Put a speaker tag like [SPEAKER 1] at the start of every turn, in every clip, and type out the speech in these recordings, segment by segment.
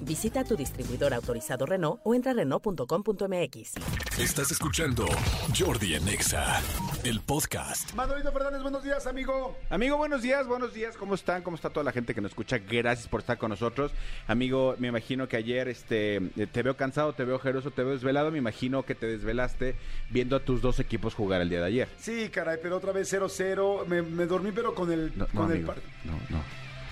[SPEAKER 1] Visita tu distribuidor autorizado Renault o entra a Renault.com.mx.
[SPEAKER 2] Estás escuchando Jordi en Exa, el podcast.
[SPEAKER 3] Manolito Fernández, buenos días, amigo.
[SPEAKER 4] Amigo, buenos días, buenos días. ¿Cómo están? ¿Cómo está toda la gente que nos escucha? Gracias por estar con nosotros. Amigo, me imagino que ayer este, te veo cansado, te veo ojeroso, te veo desvelado. Me imagino que te desvelaste viendo a tus dos equipos jugar el día de ayer.
[SPEAKER 3] Sí, caray, pero otra vez 0-0. Me, me dormí, pero con el.
[SPEAKER 4] No, no,
[SPEAKER 3] con el
[SPEAKER 4] amigo.
[SPEAKER 3] par-
[SPEAKER 4] No, no,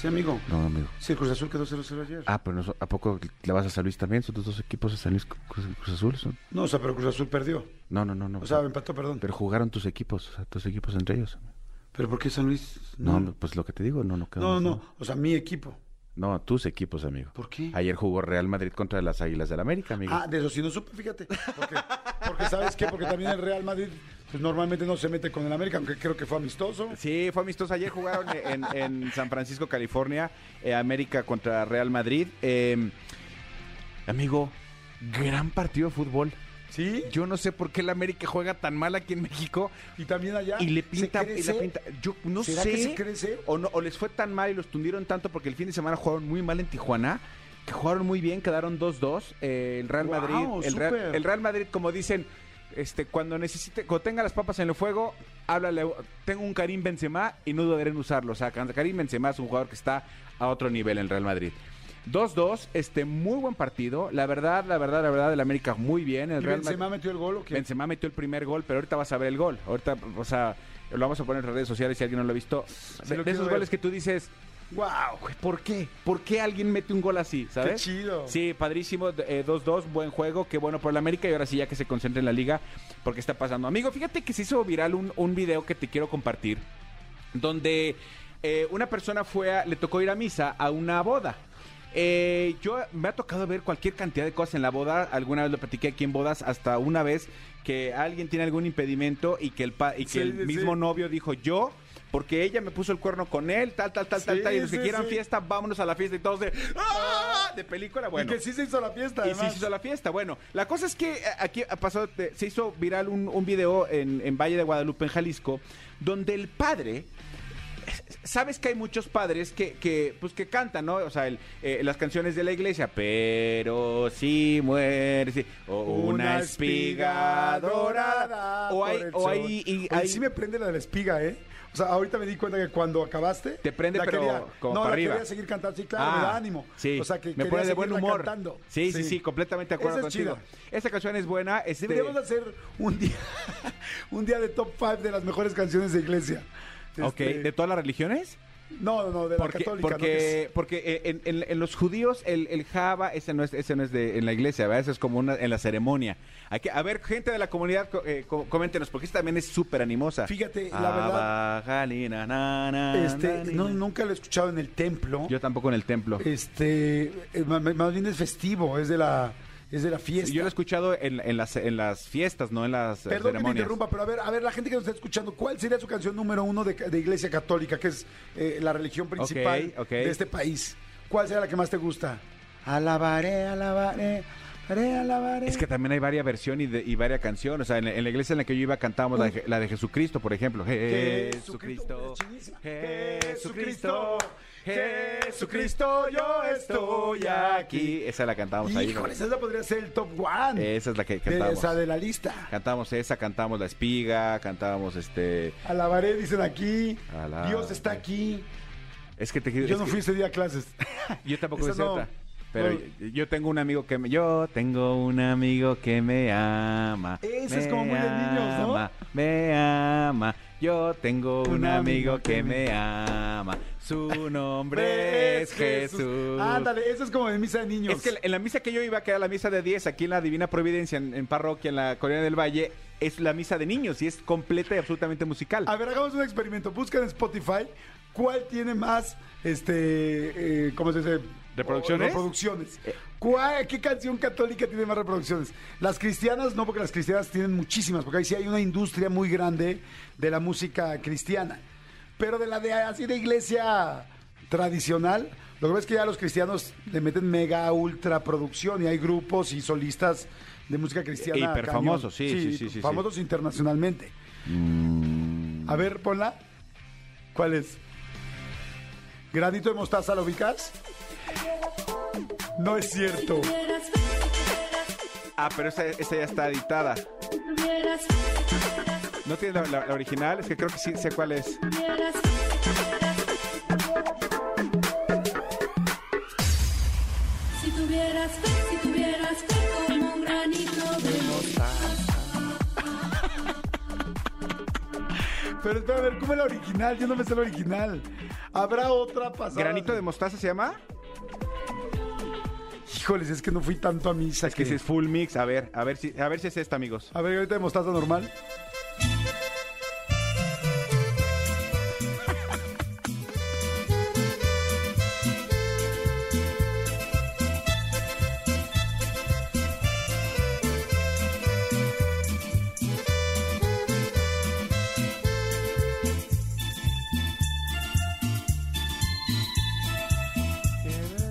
[SPEAKER 3] Sí, amigo.
[SPEAKER 4] no, amigo.
[SPEAKER 3] Sí, el Cruz Azul quedó 0-0 ayer.
[SPEAKER 4] Ah, pero no- ¿a poco le vas a San Luis también? ¿Son tus dos equipos de San Luis Cruz, Cruz Azul? ¿Son?
[SPEAKER 3] No, o sea, pero Cruz Azul perdió.
[SPEAKER 4] No, no, no, no.
[SPEAKER 3] O sea, empató, perdón.
[SPEAKER 4] pero jugaron tus equipos, o sea, tus equipos entre ellos.
[SPEAKER 3] ¿Pero por qué San Luis?
[SPEAKER 4] No, pues lo que te digo, no, no quedó.
[SPEAKER 3] No, no, o sea, mi equipo.
[SPEAKER 4] No, tus equipos, amigo.
[SPEAKER 3] ¿Por qué?
[SPEAKER 4] Ayer jugó Real Madrid contra las Águilas del América, amigo.
[SPEAKER 3] Ah, de eso sí no supe, fíjate. Porque, porque ¿sabes qué? Porque también el Real Madrid pues, normalmente no se mete con el América, aunque creo que fue amistoso.
[SPEAKER 4] Sí, fue amistoso. Ayer jugaron en, en San Francisco, California, eh, América contra Real Madrid. Eh, amigo, gran partido de fútbol.
[SPEAKER 3] ¿Sí?
[SPEAKER 4] Yo no sé por qué el América juega tan mal aquí en México
[SPEAKER 3] Y también allá.
[SPEAKER 4] y le
[SPEAKER 3] ¿se
[SPEAKER 4] pinta, y
[SPEAKER 3] crece?
[SPEAKER 4] la pinta. Yo no
[SPEAKER 3] ¿Será
[SPEAKER 4] sé.
[SPEAKER 3] que se crece?
[SPEAKER 4] O, no, o les fue tan mal y los tundieron tanto porque el fin de semana jugaron muy mal en Tijuana. Que jugaron muy bien, quedaron 2-2. eh, el Real
[SPEAKER 3] Guau,
[SPEAKER 4] Madrid. El
[SPEAKER 3] súper.
[SPEAKER 4] Real, el Real Madrid, como dicen, este, cuando necesite, cuando tenga las papas en el fuego, háblale. Tengo un Karim Benzema y no dudaré en usarlo. O sea, Karim Benzema es un jugador que está a otro nivel en el Real Madrid. 2-2, este muy buen partido. La verdad, la verdad, la verdad, el América muy bien. El
[SPEAKER 3] ¿Y
[SPEAKER 4] Real
[SPEAKER 3] Benzema
[SPEAKER 4] Madrid-
[SPEAKER 3] metió el gol o qué?
[SPEAKER 4] Benzema metió el primer gol, pero ahorita vas a ver el gol. Ahorita, o sea, lo vamos a poner en redes sociales si alguien no lo ha visto.
[SPEAKER 3] lo
[SPEAKER 4] De, de
[SPEAKER 3] quiero
[SPEAKER 4] esos
[SPEAKER 3] ver.
[SPEAKER 4] goles que tú dices,
[SPEAKER 3] ¡Wow!
[SPEAKER 4] "Güey, ¿por qué? ¿Por qué alguien mete un gol así? ¿Sabes?
[SPEAKER 3] ¡Qué chido!
[SPEAKER 4] Sí, padrísimo. eh, 2-2, buen juego. Qué bueno por el América. Y ahora sí, ya que se concentre en la liga, porque está pasando. Amigo, fíjate que se hizo viral un, un video que te quiero compartir. Donde eh, una persona fue a- le tocó ir a misa a una boda. Eh, yo me ha tocado ver cualquier cantidad de cosas en la boda. Alguna vez lo platiqué aquí en bodas, hasta una vez que alguien tiene algún impedimento y que el, pa- y que
[SPEAKER 3] Sí,
[SPEAKER 4] el
[SPEAKER 3] sí,
[SPEAKER 4] mismo
[SPEAKER 3] sí.
[SPEAKER 4] novio dijo yo, porque ella me puso el cuerno con él, tal, tal, tal,
[SPEAKER 3] Sí,
[SPEAKER 4] tal, tal. Y los
[SPEAKER 3] sí,
[SPEAKER 4] que quieran
[SPEAKER 3] sí.
[SPEAKER 4] fiesta, vámonos a la fiesta y todos de ¡Ah! de película. Bueno,
[SPEAKER 3] Y que sí se hizo la fiesta,
[SPEAKER 4] y sí
[SPEAKER 3] además.
[SPEAKER 4] se hizo la fiesta. Bueno, la cosa es que eh, aquí ha pasado, te- se hizo viral un, un video en, en Valle de Guadalupe, en Jalisco, donde el padre. Sabes que hay muchos padres que, que, pues que cantan, ¿no? O sea, el, eh, las canciones de la iglesia. Pero si muere, sí", O una, espiga dorada. O hay,
[SPEAKER 3] por el
[SPEAKER 4] o
[SPEAKER 3] sol.
[SPEAKER 4] hay, y
[SPEAKER 3] Oye,
[SPEAKER 4] hay-
[SPEAKER 3] sí me prende la de la espiga, ¿eh? O sea, ahorita me di cuenta que cuando acabaste...
[SPEAKER 4] Te prende,
[SPEAKER 3] la
[SPEAKER 4] pero
[SPEAKER 3] quería-
[SPEAKER 4] como
[SPEAKER 3] no,
[SPEAKER 4] para
[SPEAKER 3] la
[SPEAKER 4] arriba.
[SPEAKER 3] quería seguir cantando, sí, claro, me
[SPEAKER 4] Ah,
[SPEAKER 3] da ánimo.
[SPEAKER 4] Sí,
[SPEAKER 3] O sea, que
[SPEAKER 4] me
[SPEAKER 3] quería
[SPEAKER 4] pone de buen
[SPEAKER 3] seguirla
[SPEAKER 4] humor.
[SPEAKER 3] cantando.
[SPEAKER 4] Sí, sí, sí, completamente de acuerdo
[SPEAKER 3] Esa es
[SPEAKER 4] contigo.
[SPEAKER 3] chida.
[SPEAKER 4] Esta canción es buena. Este...
[SPEAKER 3] Deberíamos hacer un día, un día de top 5 de las mejores canciones de iglesia.
[SPEAKER 4] Ok,
[SPEAKER 3] Este,
[SPEAKER 4] ¿de todas las religiones?
[SPEAKER 3] No, no, no, de la
[SPEAKER 4] Porque,
[SPEAKER 3] católica. ¿no?
[SPEAKER 4] porque, porque eh, en, en- en los judíos el, el Java, ese no es, ese no es de, en la iglesia, ¿verdad? Ese es como una, en la ceremonia. Hay que, a ver, gente de la comunidad, co- eh, co- coméntenos, porque esta también es súper animosa.
[SPEAKER 3] Fíjate, la verdad-
[SPEAKER 4] Abba, jalina, na, na,
[SPEAKER 3] Que
[SPEAKER 4] na,
[SPEAKER 3] es, este,
[SPEAKER 4] na,
[SPEAKER 3] no,
[SPEAKER 4] na.
[SPEAKER 3] nunca lo he escuchado en el templo.
[SPEAKER 4] Yo tampoco en el templo.
[SPEAKER 3] Este, eh, ma- ma- más bien es festivo, es de la, es de la fiesta.
[SPEAKER 4] Yo lo he escuchado en, en las, en las fiestas, no en las eh,
[SPEAKER 3] Perdón que te
[SPEAKER 4] ceremonias.
[SPEAKER 3] interrumpa, pero a ver, a ver, la gente que nos está escuchando, ¿cuál sería su canción número uno de, de Iglesia Católica, que es eh, la religión principal
[SPEAKER 4] Ok, ok.
[SPEAKER 3] de este país? ¿Cuál será la que más te gusta? Alabaré, alabaré, alabaré, alabaré.
[SPEAKER 4] Es que también hay varias versiones y, de- y varias canciones. O sea, en, la- en la iglesia en la que yo iba cantábamos la, de Je- la de Jesucristo, por ejemplo. Jesucristo,
[SPEAKER 3] Jesucristo,
[SPEAKER 4] Jesucristo, Jesucristo, yo estoy aquí. Esa la cantábamos ahí. ¿no?
[SPEAKER 3] Híjole, esa podría ser el top one.
[SPEAKER 4] Esa es la que
[SPEAKER 3] de, o
[SPEAKER 4] cantábamos.
[SPEAKER 3] sea, de la lista.
[SPEAKER 4] Cantábamos esa, cantábamos La Espiga, cantábamos este...
[SPEAKER 3] Alabaré, dicen aquí.
[SPEAKER 4] Alabaré.
[SPEAKER 3] Dios está aquí.
[SPEAKER 4] Es que te
[SPEAKER 3] Yo
[SPEAKER 4] es
[SPEAKER 3] no
[SPEAKER 4] que-
[SPEAKER 3] fui ese día a clases.
[SPEAKER 4] Yo tampoco
[SPEAKER 3] Esa
[SPEAKER 4] me sé
[SPEAKER 3] no.
[SPEAKER 4] otra. Pero
[SPEAKER 3] No.
[SPEAKER 4] yo, yo tengo un amigo que me, yo tengo un amigo que me ama.
[SPEAKER 3] Ese es
[SPEAKER 4] me
[SPEAKER 3] como muy de niños, ¿no?
[SPEAKER 4] ama, Me ama. Yo tengo un, amigo, que me ama. Su nombre es Jesús.
[SPEAKER 3] Ándale, eso es como de misa de niños.
[SPEAKER 4] Es que en la misa que yo iba, que era la misa de 10, aquí en la Divina Providencia, en, en parroquia, en la Corea del Valle, es la misa de niños y es completa y absolutamente musical.
[SPEAKER 3] A ver, hagamos un experimento. Busca en Spotify cuál tiene más, este, eh, ¿cómo se dice?
[SPEAKER 4] ¿Reproducciones?
[SPEAKER 3] Reproducciones. ¿Cuál- ¿Qué canción católica tiene más reproducciones? Las cristianas no, porque las cristianas tienen muchísimas, porque ahí sí hay una industria muy grande de la música cristiana. Pero de la de así de iglesia tradicional, lo que ves es que ya los cristianos le meten mega ultra producción y hay grupos y solistas de música cristiana.
[SPEAKER 4] Hiper
[SPEAKER 3] cañón.
[SPEAKER 4] famosos, sí, sí, sí, Mm. sí,
[SPEAKER 3] Famosos internacionalmente. A ver, ponla. ¿Cuál es? Granito de mostaza, ¿lo ubicas? No es cierto.
[SPEAKER 4] Ah, pero esta, esta ya está editada. ¿No tiene la, la- la original? Es que creo que sí sé cuál es.
[SPEAKER 5] Si tuvieras fe, si tuvieras fe como un granito de
[SPEAKER 3] Pero espera, a ver, ¿cómo es la original? Yo no me sé la original. ¿Habrá otra pasada?
[SPEAKER 4] ¿Granito de mostaza se llama?
[SPEAKER 3] Híjoles, es que no fui tanto a misa.
[SPEAKER 4] Es que si es full mix. A ver, a ver si, a ver si es esta, amigos.
[SPEAKER 3] A ver, ahorita de mostaza normal.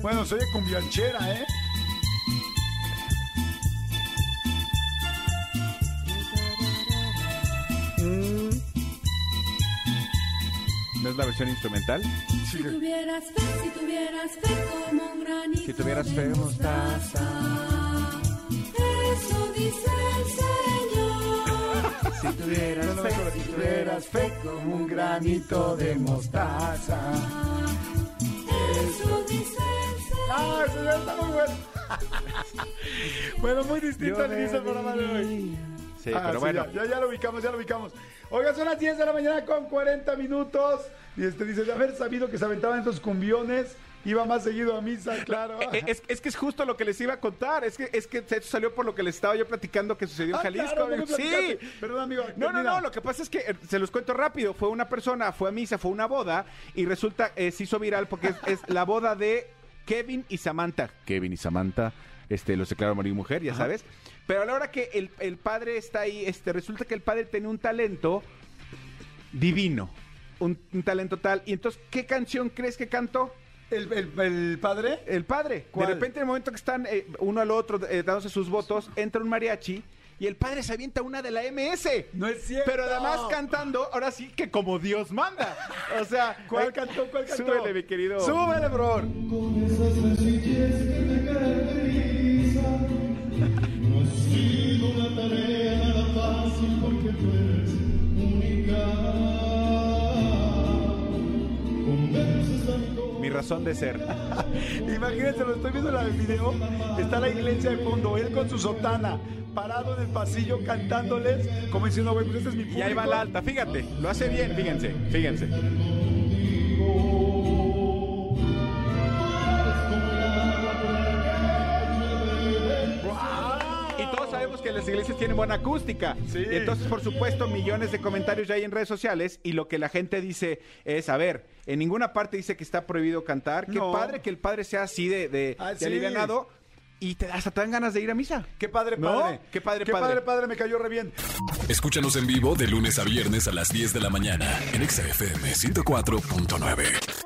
[SPEAKER 3] Bueno, soy cumbianchera, ¿eh?
[SPEAKER 4] ¿No es la versión instrumental?
[SPEAKER 5] Si tuvieras fe, si tuvieras fe como un granito
[SPEAKER 4] Si tuvieras
[SPEAKER 5] de
[SPEAKER 4] fe,
[SPEAKER 5] mostaza. Eso dice el Señor.
[SPEAKER 3] Si tuvieras, fe, si tuvieras fe como un granito de mostaza.
[SPEAKER 5] Eso dice el Señor.
[SPEAKER 3] ¡Ah, eso ya está muy bueno! bueno, muy distinto al inicio del programa de hoy.
[SPEAKER 4] Sí,
[SPEAKER 3] Ah,
[SPEAKER 4] pero
[SPEAKER 3] sí,
[SPEAKER 4] bueno.
[SPEAKER 3] Ya, ya, ya lo ubicamos, ya lo ubicamos. Oiga, son las 10 de la mañana con 40 minutos. Y este dice, de haber sabido que se aventaban esos cumbiones, iba más seguido a misa, claro.
[SPEAKER 4] Eh, eh, Es, es que es justo lo que les iba a contar. Es que, es que de hecho salió por lo que les estaba yo platicando que sucedió en
[SPEAKER 3] Ah,
[SPEAKER 4] Jalisco.
[SPEAKER 3] claro, no me
[SPEAKER 4] sí.
[SPEAKER 3] platicaste. Perdón, amigo,
[SPEAKER 4] No, no,
[SPEAKER 3] termina.
[SPEAKER 4] no. Lo que pasa es que eh, se los cuento rápido. Fue una persona, fue a misa, fue a una boda y resulta eh, se hizo viral porque es, es la boda de Kevin y Samantha. Kevin y Samantha. Este, los declararon marido y mujer, ya sabes. Pero a la hora que el, el padre está ahí, este, resulta que el padre tiene un talento divino. Un, un talento tal. Y entonces, ¿qué canción crees que Eh, cantó?
[SPEAKER 3] El, el- el padre,
[SPEAKER 4] El padre.
[SPEAKER 3] ¿Cuál?
[SPEAKER 4] De repente, en el momento que están eh, uno al otro eh, dándose sus votos, entra un mariachi y el padre se avienta una de la MS.
[SPEAKER 3] No es cierto.
[SPEAKER 4] Pero además cantando, ahora sí que como Dios manda. O sea,
[SPEAKER 3] ¿cuál
[SPEAKER 4] eh,
[SPEAKER 3] cantó? ¿Cuál cantó?
[SPEAKER 4] Súbele, mi querido.
[SPEAKER 3] Súbele, bro.
[SPEAKER 4] Mi razón de ser.
[SPEAKER 3] Imagínense, lo estoy viendo en el video. Está la iglesia de fondo, él con su sotana, parado en el pasillo cantándoles, como diciendo, güey, pues este es mi público.
[SPEAKER 4] Y ahí va la alta, fíjate. Lo hace bien, fíjense, fíjense. Y todos sabemos que las iglesias tienen buena acústica.
[SPEAKER 3] Sí.
[SPEAKER 4] Y entonces, por supuesto, millones de comentarios ya hay en redes sociales. Y lo que la gente dice es: a ver, en ninguna parte dice que está prohibido cantar. Qué
[SPEAKER 3] No.
[SPEAKER 4] padre que el padre sea así de, de,
[SPEAKER 3] Ah,
[SPEAKER 4] de
[SPEAKER 3] sí.
[SPEAKER 4] alivianado. Y te, hasta te dan ganas de ir a misa.
[SPEAKER 3] Qué padre,
[SPEAKER 4] ¿No?
[SPEAKER 3] padre.
[SPEAKER 4] Qué padre,
[SPEAKER 3] Qué
[SPEAKER 4] padre.
[SPEAKER 3] padre, padre, me cayó re bien.
[SPEAKER 2] Escúchanos en vivo de lunes a viernes a las 10 de la mañana en Exa FM 104.9.